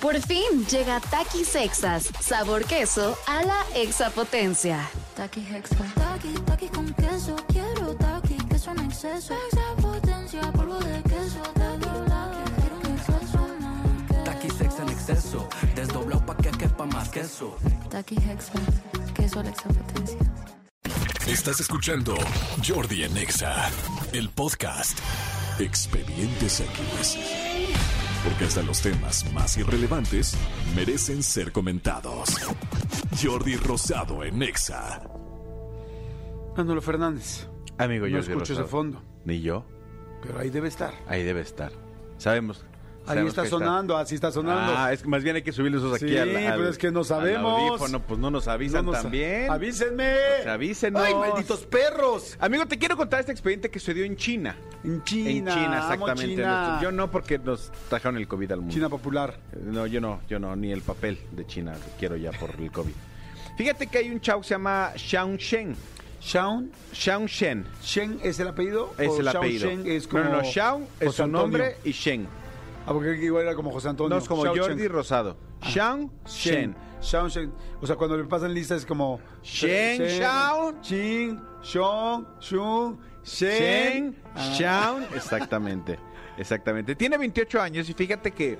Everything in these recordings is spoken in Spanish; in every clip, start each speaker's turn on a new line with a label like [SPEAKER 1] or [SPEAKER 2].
[SPEAKER 1] Por fin llega Taqui Sexas, sabor queso a la exapotencia.
[SPEAKER 2] Taqui Hexa. Taqui, taqui con queso. Quiero taqui, queso en exceso. Extra potencia, polvo de queso. Taqui, taqui, quiero un exceso más.
[SPEAKER 3] Taqui sex en exceso, desdoblado pa' que quepa más queso.
[SPEAKER 2] Taqui Hexa. Queso a la extra potencia.
[SPEAKER 4] Estás escuchando Jordi en Exa, el podcast Expedientes X. Porque hasta los temas más irrelevantes merecen ser comentados. Jordi Rosado en Exa.
[SPEAKER 5] Manolo Fernández.
[SPEAKER 6] Amigo
[SPEAKER 5] no
[SPEAKER 6] Jordi
[SPEAKER 5] escucho ese
[SPEAKER 6] Rosado.
[SPEAKER 5] fondo,
[SPEAKER 6] Ni yo.
[SPEAKER 5] pero ahí debe estar.
[SPEAKER 6] Ahí debe estar. Sabemos.
[SPEAKER 5] Ahí
[SPEAKER 6] sabemos
[SPEAKER 5] está
[SPEAKER 6] que
[SPEAKER 5] sonando, así está sonando.
[SPEAKER 6] Ah, es que más bien hay que subirlos esos aquí
[SPEAKER 5] Sí,
[SPEAKER 6] al, al-
[SPEAKER 5] pero es que no
[SPEAKER 6] al
[SPEAKER 5] sabemos.
[SPEAKER 6] audífono, pues no nos avisan
[SPEAKER 5] No nos-
[SPEAKER 6] también.
[SPEAKER 5] ¡Avísenme!
[SPEAKER 6] Pues avísenos.
[SPEAKER 5] ¡Ay, malditos perros!
[SPEAKER 6] Amigo, te quiero contar este expediente que sucedió en China.
[SPEAKER 5] En China.
[SPEAKER 6] en China,
[SPEAKER 5] amo
[SPEAKER 6] exactamente.
[SPEAKER 5] China.
[SPEAKER 6] Yo no, porque nos trajeron el COVID al mundo. Eh,
[SPEAKER 5] China popular.
[SPEAKER 6] No, yo no, yo no, ni el papel de China quiero ya por el COVID. Fíjate que hay un chavo que se llama Xiang Shen.
[SPEAKER 5] Shaun
[SPEAKER 6] Xiang Shen
[SPEAKER 5] Shen es el apellido.
[SPEAKER 6] es
[SPEAKER 5] ¿O
[SPEAKER 6] el
[SPEAKER 5] Shaun
[SPEAKER 6] apellido.
[SPEAKER 5] Shen Oh, es como.
[SPEAKER 6] no, no, no, Xiang es
[SPEAKER 5] José
[SPEAKER 6] su
[SPEAKER 5] Antonio?
[SPEAKER 6] nombre y Shen.
[SPEAKER 5] Ah, porque igual era como José Antonio. Ah.
[SPEAKER 6] No, es como
[SPEAKER 5] Shaun
[SPEAKER 6] Jordi
[SPEAKER 5] Shen.
[SPEAKER 6] Rosado. Xiang Shen.
[SPEAKER 5] Shen. Shaun Shen. O sea, cuando le pasan lista es como.
[SPEAKER 6] Shen, Shaun.
[SPEAKER 5] Shin, Shon, Shun,
[SPEAKER 6] Shen,
[SPEAKER 5] Shen. Ah.
[SPEAKER 6] Shaun, exactamente, exactamente. Tiene 28 años y fíjate que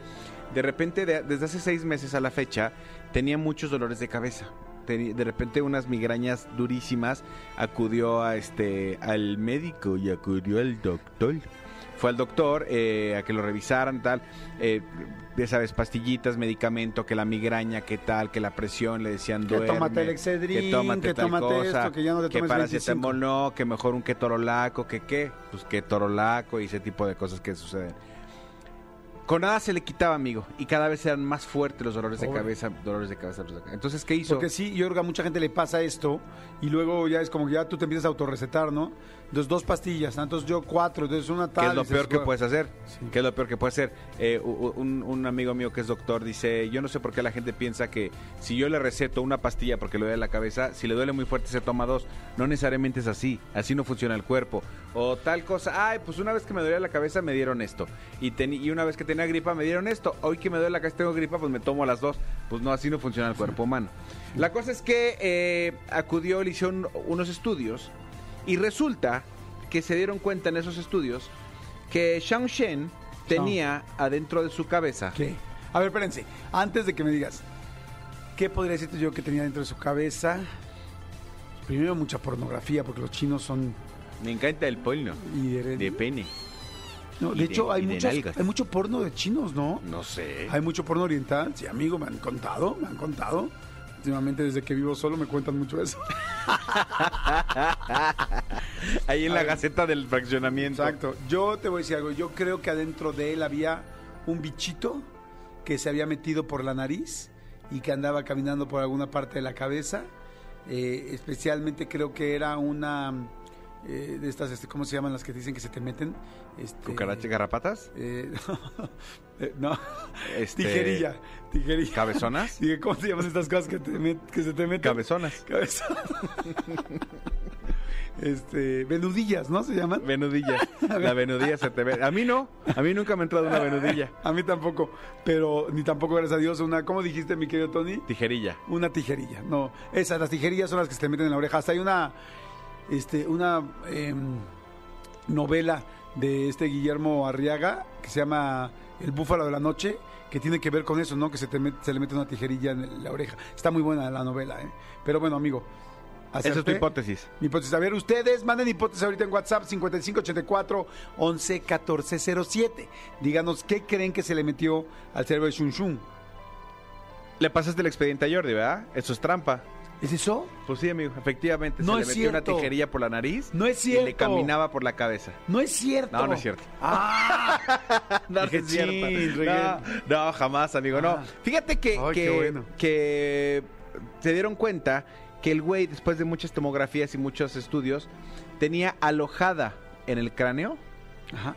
[SPEAKER 6] de repente, de- desde hace seis meses a la fecha, tenía muchos dolores de cabeza. Teni- De repente unas migrañas durísimas, acudió a este al médico y acudió al doctor. Fue al doctor eh, a que lo revisaran, tal, eh, ya sabes, pastillitas, medicamento, que la migraña, que tal, que la presión, le decían
[SPEAKER 5] Que
[SPEAKER 6] duerme,
[SPEAKER 5] tómate el Excedrin, que
[SPEAKER 6] tal
[SPEAKER 5] tómate esto, que ya no te
[SPEAKER 6] que
[SPEAKER 5] tomes 25.
[SPEAKER 6] paracetamol no, que mejor un ketorolaco, que qué, pues ketorolaco y ese tipo de cosas que suceden. Con nada se le quitaba, amigo, y cada vez eran más fuertes los dolores de
[SPEAKER 5] Pobre.
[SPEAKER 6] cabeza, dolores de cabeza. dolores de cabeza. Entonces, ¿qué hizo?
[SPEAKER 5] Porque sí, yo creo que a mucha gente le pasa esto y luego ya es como que ya tú te empiezas a autorrecetar, ¿no? Entonces dos pastillas, ¿no? entonces yo cuatro, entonces una
[SPEAKER 6] ¿Qué
[SPEAKER 5] tal.
[SPEAKER 6] es lo
[SPEAKER 5] dices,
[SPEAKER 6] peor que
[SPEAKER 5] "Bueno".
[SPEAKER 6] puedes hacer?
[SPEAKER 5] Sí.
[SPEAKER 6] ¿Qué es lo peor que puedes hacer? Eh, u- u- un, un amigo mío que es doctor dice, yo no sé por qué la gente piensa que si yo le receto una pastilla porque le duele la cabeza, si le duele muy fuerte se toma dos. No necesariamente es así, así no funciona el cuerpo. O tal cosa, ay, pues una vez que me dolía la cabeza me dieron esto. Y, teni- y una vez que tenía gripa me dieron esto. Hoy que me duele la cabeza y tengo gripa, pues me tomo las dos. Pues no, así no funciona el cuerpo humano. La cosa es que eh, acudió, le hicieron unos estudios y resulta que se dieron cuenta en esos estudios que Shang Shen tenía adentro de su cabeza.
[SPEAKER 5] ¿Qué? A ver, espérense, antes de que me digas, ¿qué podría decirte yo que tenía dentro de su cabeza? Primero mucha pornografía, porque los chinos son...
[SPEAKER 6] Me encanta el polno.
[SPEAKER 5] y de-
[SPEAKER 6] De pene.
[SPEAKER 5] no, de
[SPEAKER 6] y de-
[SPEAKER 5] hecho, hay,
[SPEAKER 6] y de
[SPEAKER 5] muchos-
[SPEAKER 6] nalgas. Mm,
[SPEAKER 5] hay mucho porno de chinos, ¿no?
[SPEAKER 6] No sé.
[SPEAKER 5] Hay mucho porno oriental, sí, amigo, me han contado, me han contado. Últimamente, desde que vivo solo, me cuentan mucho eso.
[SPEAKER 6] Ahí en la gaceta del fraccionamiento.
[SPEAKER 5] Exacto. Yo te voy a decir algo. Yo creo que adentro de él había un bichito que se había metido por la nariz y que andaba caminando por alguna parte de la cabeza. Eh, especialmente creo que era una eh, de estas, este, ¿cómo se llaman las que dicen que se te meten? Este,
[SPEAKER 6] ¿Cucaracha, garrapatas?
[SPEAKER 5] eh, eh, no,
[SPEAKER 6] Este-
[SPEAKER 5] tijerilla, tijerilla.
[SPEAKER 6] ¿Cabezonas?
[SPEAKER 5] Dije, ¿cómo se llaman estas cosas que, te met- que se te meten?
[SPEAKER 6] Cabezonas.
[SPEAKER 5] Cabezón. este, venudillas, ¿no? Se llaman.
[SPEAKER 6] Venudilla. La venudilla se te ve. A mí no. A mí nunca me ha entrado una venudilla.
[SPEAKER 5] A mí tampoco, pero ni tampoco, gracias a Dios, una, ¿cómo dijiste, mi querido Tony?
[SPEAKER 6] Tijerilla.
[SPEAKER 5] Una tijerilla, no. Esas, las tijerillas son las que se te meten en la oreja. Hasta hay una, este, una em, novela de este Guillermo Arriaga que se llama El Búfalo de la Noche, que tiene que ver con eso, ¿no? Que se, te met- se le mete una tijerilla en la oreja. Está muy buena la novela, ¿eh? Pero bueno, amigo.
[SPEAKER 6] Esa es tu
[SPEAKER 5] acerté.
[SPEAKER 6] hipótesis.
[SPEAKER 5] Mi hipótesis. A ver, ustedes manden hipótesis ahorita en WhatsApp 5584 111407. Díganos qué creen que se le metió al cerebro de Shun Shun.
[SPEAKER 6] Le pasaste el expediente a Jordi, ¿verdad? Eso es trampa.
[SPEAKER 5] ¿Es eso?
[SPEAKER 6] Pues sí, amigo. Efectivamente.
[SPEAKER 5] No
[SPEAKER 6] se le
[SPEAKER 5] es
[SPEAKER 6] metió una
[SPEAKER 5] cierto.
[SPEAKER 6] tijerilla por la nariz.
[SPEAKER 5] No es
[SPEAKER 6] Y le
[SPEAKER 5] cierto.
[SPEAKER 6] caminaba por la cabeza.
[SPEAKER 5] No es cierto.
[SPEAKER 6] No, no es cierto. Oh. Ah. No,
[SPEAKER 5] Dije,
[SPEAKER 6] no es cierto.
[SPEAKER 5] "Chin, regué".
[SPEAKER 6] No, no, jamás, amigo, no.
[SPEAKER 5] Ah.
[SPEAKER 6] Fíjate que,
[SPEAKER 5] Ay,
[SPEAKER 6] que,
[SPEAKER 5] qué bueno.
[SPEAKER 6] que se dieron cuenta que el güey, después de muchas tomografías y muchos estudios, tenía alojada en el cráneo
[SPEAKER 5] Ajá.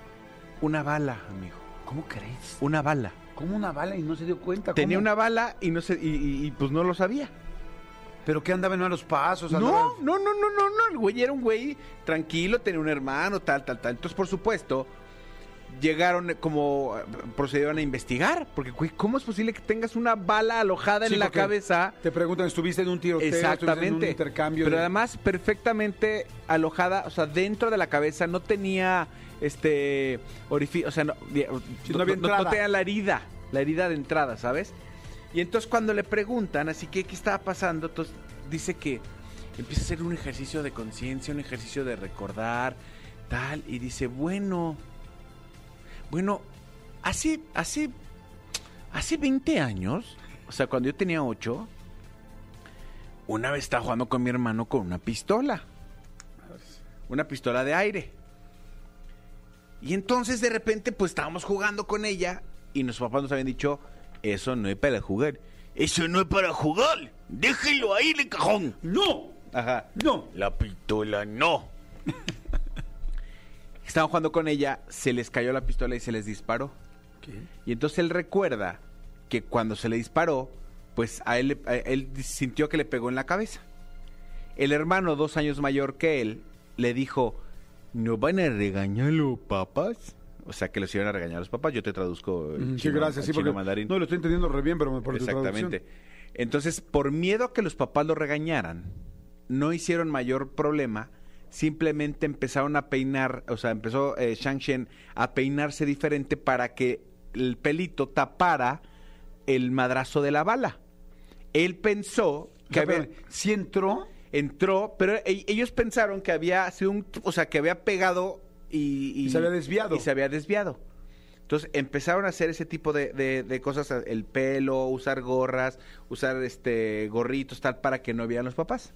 [SPEAKER 6] una bala, amigo.
[SPEAKER 5] ¿Cómo crees?
[SPEAKER 6] Una bala.
[SPEAKER 5] ¿Cómo una bala y no se dio cuenta?
[SPEAKER 6] Tenía
[SPEAKER 5] ¿Cómo?
[SPEAKER 6] una bala y no sé, y, y- y, pues no lo sabía.
[SPEAKER 5] ¿Pero qué andaba en malos pasos?
[SPEAKER 6] No,
[SPEAKER 5] Andaba-
[SPEAKER 6] no, no, no, no, no. El güey era un güey tranquilo, tenía un hermano, tal, tal, tal. Entonces, por supuesto, llegaron como eh, procedieron a investigar, porque güey, ¿cómo es posible que tengas una bala alojada
[SPEAKER 5] Sí,
[SPEAKER 6] en la
[SPEAKER 5] porque
[SPEAKER 6] cabeza?
[SPEAKER 5] Te preguntan, ¿estuviste en un tiroteo? ¿Estuviste en un
[SPEAKER 6] Exactamente.
[SPEAKER 5] intercambio?
[SPEAKER 6] Pero
[SPEAKER 5] de-
[SPEAKER 6] además perfectamente alojada, o sea, dentro de la cabeza no tenía este orificio, o sea, no, di-
[SPEAKER 5] Sí, no había entrada.
[SPEAKER 6] tenía la herida, la herida de entrada, ¿sabes? Y entonces cuando le preguntan, así que qué estaba pasando, entonces dice que empieza a hacer un ejercicio de conciencia, un ejercicio de recordar, tal, y dice, bueno, bueno, hace, hace, hace 20 años, o sea, cuando yo tenía 8, una vez estaba jugando con mi hermano con una pistola. Una pistola de aire. Y entonces de repente pues estábamos jugando con ella y nuestros papás nos habían dicho, eso no es para jugar. Eso no es para jugar. Déjelo ahí en el cajón.
[SPEAKER 5] ¡No!
[SPEAKER 6] Ajá.
[SPEAKER 5] ¡No!
[SPEAKER 6] La pistola no. Estaban jugando con ella, se les cayó la pistola y se les disparó. Y entonces él recuerda que cuando se le disparó, pues a él, le- a él sintió que le pegó en la cabeza. El hermano, dos años mayor que él, le dijo, ¿no van a regañar los papás? O sea, que los iban a regañar los papás. Yo te traduzco. el
[SPEAKER 5] Mm, Sí,
[SPEAKER 6] chino-
[SPEAKER 5] gracias. Sí,
[SPEAKER 6] el chino
[SPEAKER 5] porque
[SPEAKER 6] mandarín.
[SPEAKER 5] no lo estoy entendiendo re bien, pero me parece
[SPEAKER 6] Exactamente. Entonces, por miedo a que los papás lo regañaran, no hicieron mayor problema. Simplemente empezaron a peinar, o sea, empezó eh, Shang Shen a peinarse diferente para que el pelito tapara el madrazo de la bala. Él pensó que había,
[SPEAKER 5] si entró,
[SPEAKER 6] entró, pero e- ellos pensaron que había sido un, o sea, que había pegado y,
[SPEAKER 5] Y se había desviado.
[SPEAKER 6] Y se había desviado. Entonces empezaron a hacer ese tipo de, de- de cosas, el pelo, usar gorras, usar este gorritos, tal, para que no vean los papás.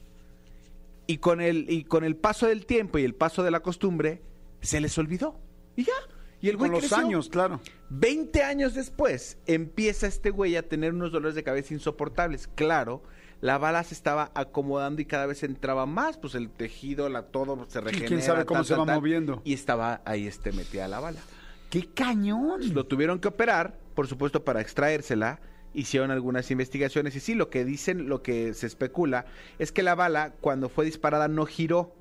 [SPEAKER 6] Y con el, y con el paso del tiempo y el paso de la costumbre, se les olvidó. Y ya. Y el güey
[SPEAKER 5] con los
[SPEAKER 6] creció.
[SPEAKER 5] años, claro.
[SPEAKER 6] 20 años después, empieza este güey a tener unos dolores de cabeza insoportables. Claro, la bala se estaba acomodando y cada vez entraba más, pues el tejido, la todo se regenera.
[SPEAKER 5] quién sabe cómo se va moviendo.
[SPEAKER 6] Y estaba ahí este metida la bala.
[SPEAKER 5] ¡Qué cañón!
[SPEAKER 6] Pues Lo tuvieron que operar, por supuesto, para extraérsela. Hicieron algunas investigaciones y sí, lo que dicen, lo que se especula, es que la bala cuando fue disparada no giró.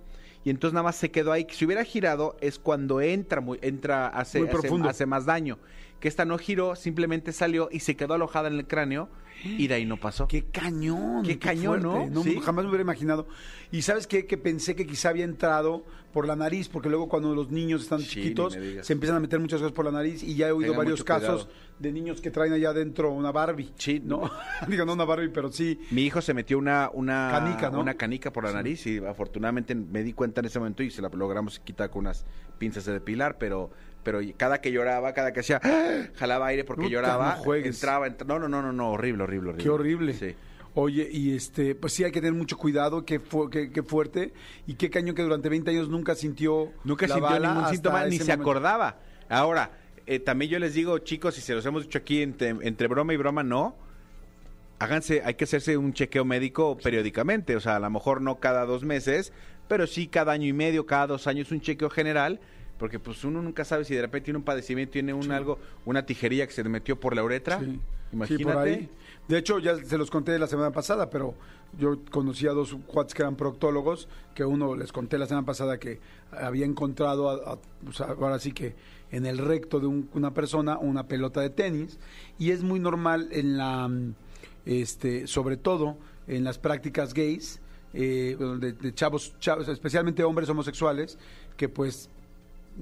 [SPEAKER 6] Y entonces nada más se quedó ahí. Si hubiera girado es cuando entra, muy, entra hace,
[SPEAKER 5] Muy
[SPEAKER 6] hace-
[SPEAKER 5] profundo.
[SPEAKER 6] hace más daño. Que esta no giró, simplemente salió y se quedó alojada en el cráneo y de ahí no pasó.
[SPEAKER 5] ¡Qué cañón!
[SPEAKER 6] Qué cañón,
[SPEAKER 5] fuerte.
[SPEAKER 6] ¿no? Sí.
[SPEAKER 5] Jamás me hubiera imaginado. Y ¿sabes qué? Que pensé que quizá había entrado por la nariz, porque luego cuando los niños están
[SPEAKER 6] Sí,
[SPEAKER 5] chiquitos,
[SPEAKER 6] ni me digas.
[SPEAKER 5] se empiezan a meter muchas cosas por la nariz y ya he oído
[SPEAKER 6] Tengan
[SPEAKER 5] varios
[SPEAKER 6] mucho
[SPEAKER 5] casos
[SPEAKER 6] cuidado.
[SPEAKER 5] de niños que traen allá adentro una Barbie.
[SPEAKER 6] Sí.
[SPEAKER 5] ¿no? Digo, no una Barbie, pero sí.
[SPEAKER 6] Mi hijo se metió una, una,
[SPEAKER 5] Canica, ¿no?
[SPEAKER 6] una canica por la nariz y afortunadamente me di cuenta en ese momento y se la logramos quitar con unas pinzas de depilar, pero, pero cada que lloraba, cada que hacía, ¡ah! jalaba aire porque
[SPEAKER 5] Puta,
[SPEAKER 6] lloraba,
[SPEAKER 5] no juegues.
[SPEAKER 6] entraba, entra- no, no, no, no, no, horrible, horrible, horrible.
[SPEAKER 5] Qué horrible.
[SPEAKER 6] Sí.
[SPEAKER 5] Oye, y este, pues sí hay que tener mucho cuidado, qué, fu- qué, qué fuerte y qué cañón que durante 20 años nunca sintió
[SPEAKER 6] Nunca
[SPEAKER 5] la
[SPEAKER 6] sintió
[SPEAKER 5] bala
[SPEAKER 6] ningún
[SPEAKER 5] hasta
[SPEAKER 6] síntoma, ni
[SPEAKER 5] ese
[SPEAKER 6] se
[SPEAKER 5] momento.
[SPEAKER 6] acordaba. Ahora, eh, también yo les digo, chicos, y se los hemos dicho aquí entre, entre broma y broma, no. Háganse, hay que hacerse un chequeo médico periódicamente, o sea, a lo mejor no cada dos meses, pero sí cada año y medio, cada dos años un chequeo general, porque pues uno nunca sabe si de repente tiene un padecimiento, tiene un algo, una tijerilla que se le metió por la uretra,
[SPEAKER 5] Sí.
[SPEAKER 6] imagínate.
[SPEAKER 5] Sí, por ahí. De hecho, ya se los conté la semana pasada, pero yo conocí a dos cuates que eran proctólogos, que uno les conté la semana pasada que había encontrado, a- a- o sea, ahora sí que en el recto de un- una persona una pelota de tenis, y es muy normal en la, mm, este, sobre todo en las prácticas gays, eh, bueno, de, de chavos, chavos, especialmente hombres homosexuales, que pues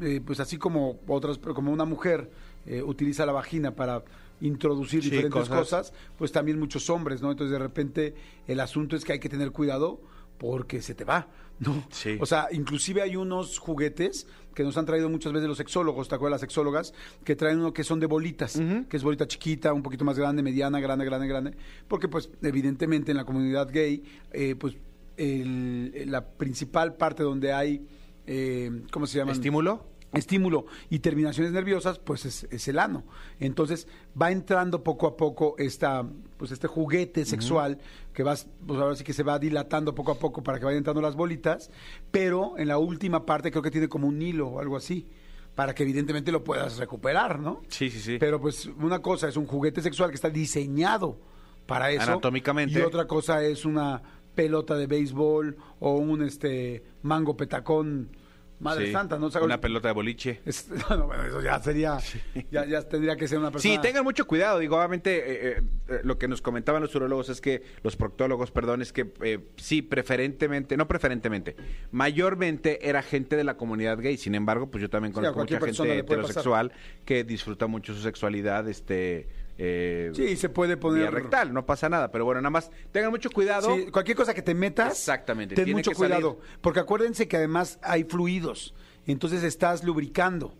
[SPEAKER 5] eh, pues así como otras, pero como una mujer eh, utiliza la vagina para introducir
[SPEAKER 6] Sí,
[SPEAKER 5] diferentes
[SPEAKER 6] cosas.
[SPEAKER 5] cosas. pues también muchos hombres, ¿no? Entonces de repente el asunto es que hay que tener cuidado porque se te va, ¿no?
[SPEAKER 6] Sí.
[SPEAKER 5] O sea, inclusive hay unos juguetes que nos han traído muchas veces los sexólogos, ¿te acuerdas? Las sexólogas, que traen uno que son de bolitas, que es bolita chiquita, un poquito más grande, mediana, grande, grande, grande, porque pues evidentemente en la comunidad gay, eh, pues el- la principal parte donde hay, eh, ¿cómo se llama?
[SPEAKER 6] ¿Estímulo?
[SPEAKER 5] estímulo y terminaciones nerviosas, pues es, es el ano. Entonces va entrando poco a poco esta, pues este juguete sexual que vas, pues ahora sí que se va dilatando poco a poco para que vayan entrando las bolitas, pero en la última parte creo que tiene como un hilo o algo así, para que evidentemente lo puedas recuperar, ¿no?
[SPEAKER 6] Sí, sí, sí.
[SPEAKER 5] Pero pues una cosa es un juguete sexual que está diseñado para eso.
[SPEAKER 6] Anatómicamente.
[SPEAKER 5] Y otra cosa es una pelota de béisbol o un este mango petacón Madre
[SPEAKER 6] Sí.
[SPEAKER 5] santa, ¿no? O sea,
[SPEAKER 6] Una pelota de boliche.
[SPEAKER 5] es- bueno, bueno, eso ya sería. Ya, ya tendría que ser una persona.
[SPEAKER 6] Sí, tengan mucho cuidado. Digo, obviamente, eh, eh, eh, lo que nos comentaban los urologos es que, los proctólogos, perdón, es que eh, sí, preferentemente, no preferentemente, mayormente era gente de la comunidad gay. Sin embargo, pues yo también
[SPEAKER 5] Sí, a
[SPEAKER 6] conozco
[SPEAKER 5] cualquier
[SPEAKER 6] mucha
[SPEAKER 5] persona
[SPEAKER 6] gente
[SPEAKER 5] le puede
[SPEAKER 6] heterosexual que disfruta mucho su sexualidad, este. Eh,
[SPEAKER 5] Sí, se puede poner.
[SPEAKER 6] vía rectal, no pasa nada. Pero bueno, nada más, tengan mucho cuidado.
[SPEAKER 5] Sí, cualquier cosa que te metas,
[SPEAKER 6] Exactamente,
[SPEAKER 5] ten
[SPEAKER 6] tiene
[SPEAKER 5] mucho
[SPEAKER 6] que salir.
[SPEAKER 5] cuidado. Porque acuérdense que además hay fluidos. Entonces estás lubricando.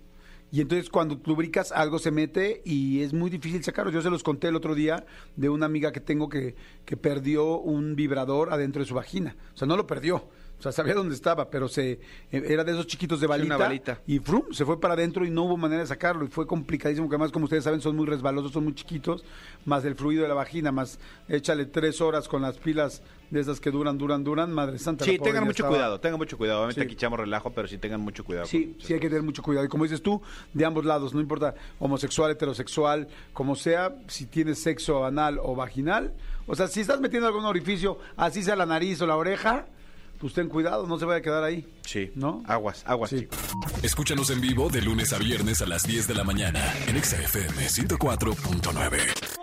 [SPEAKER 5] Y entonces cuando lubricas algo se mete y es muy difícil sacarlo. Yo se los conté el otro día de una amiga que tengo que, que perdió un vibrador adentro de su vagina. O sea, no lo perdió. O sea, sabía dónde estaba, pero se eh, era de esos chiquitos de
[SPEAKER 6] Sí, una
[SPEAKER 5] balita,
[SPEAKER 6] balita.
[SPEAKER 5] y frum, se fue para adentro y no hubo manera de sacarlo. Y fue complicadísimo, que además, como ustedes saben, son muy resbalosos, son muy chiquitos, más el fluido de la vagina, más échale tres horas con las pilas de esas que duran, duran, duran, madre santa.
[SPEAKER 6] Sí,
[SPEAKER 5] la pobre
[SPEAKER 6] tengan
[SPEAKER 5] ya
[SPEAKER 6] mucho
[SPEAKER 5] estaba-
[SPEAKER 6] cuidado, tengan mucho cuidado. Obviamente
[SPEAKER 5] Sí.
[SPEAKER 6] aquí echamos relajo, pero sí tengan mucho cuidado. con
[SPEAKER 5] Sí,
[SPEAKER 6] muchas
[SPEAKER 5] sí hay que tener mucho cuidado. Y como dices tú, de ambos lados, no importa homosexual, heterosexual, como sea, si tienes sexo anal o vaginal, o sea, si estás metiendo algún orificio, así sea la nariz o la oreja, pues ten cuidado, no se vaya a quedar ahí.
[SPEAKER 6] Sí.
[SPEAKER 5] ¿No?
[SPEAKER 6] Aguas, aguas,
[SPEAKER 5] Sí.
[SPEAKER 6] chicos.
[SPEAKER 4] Escúchanos en vivo de lunes a viernes a las 10 de la mañana en Exa FM 104.9.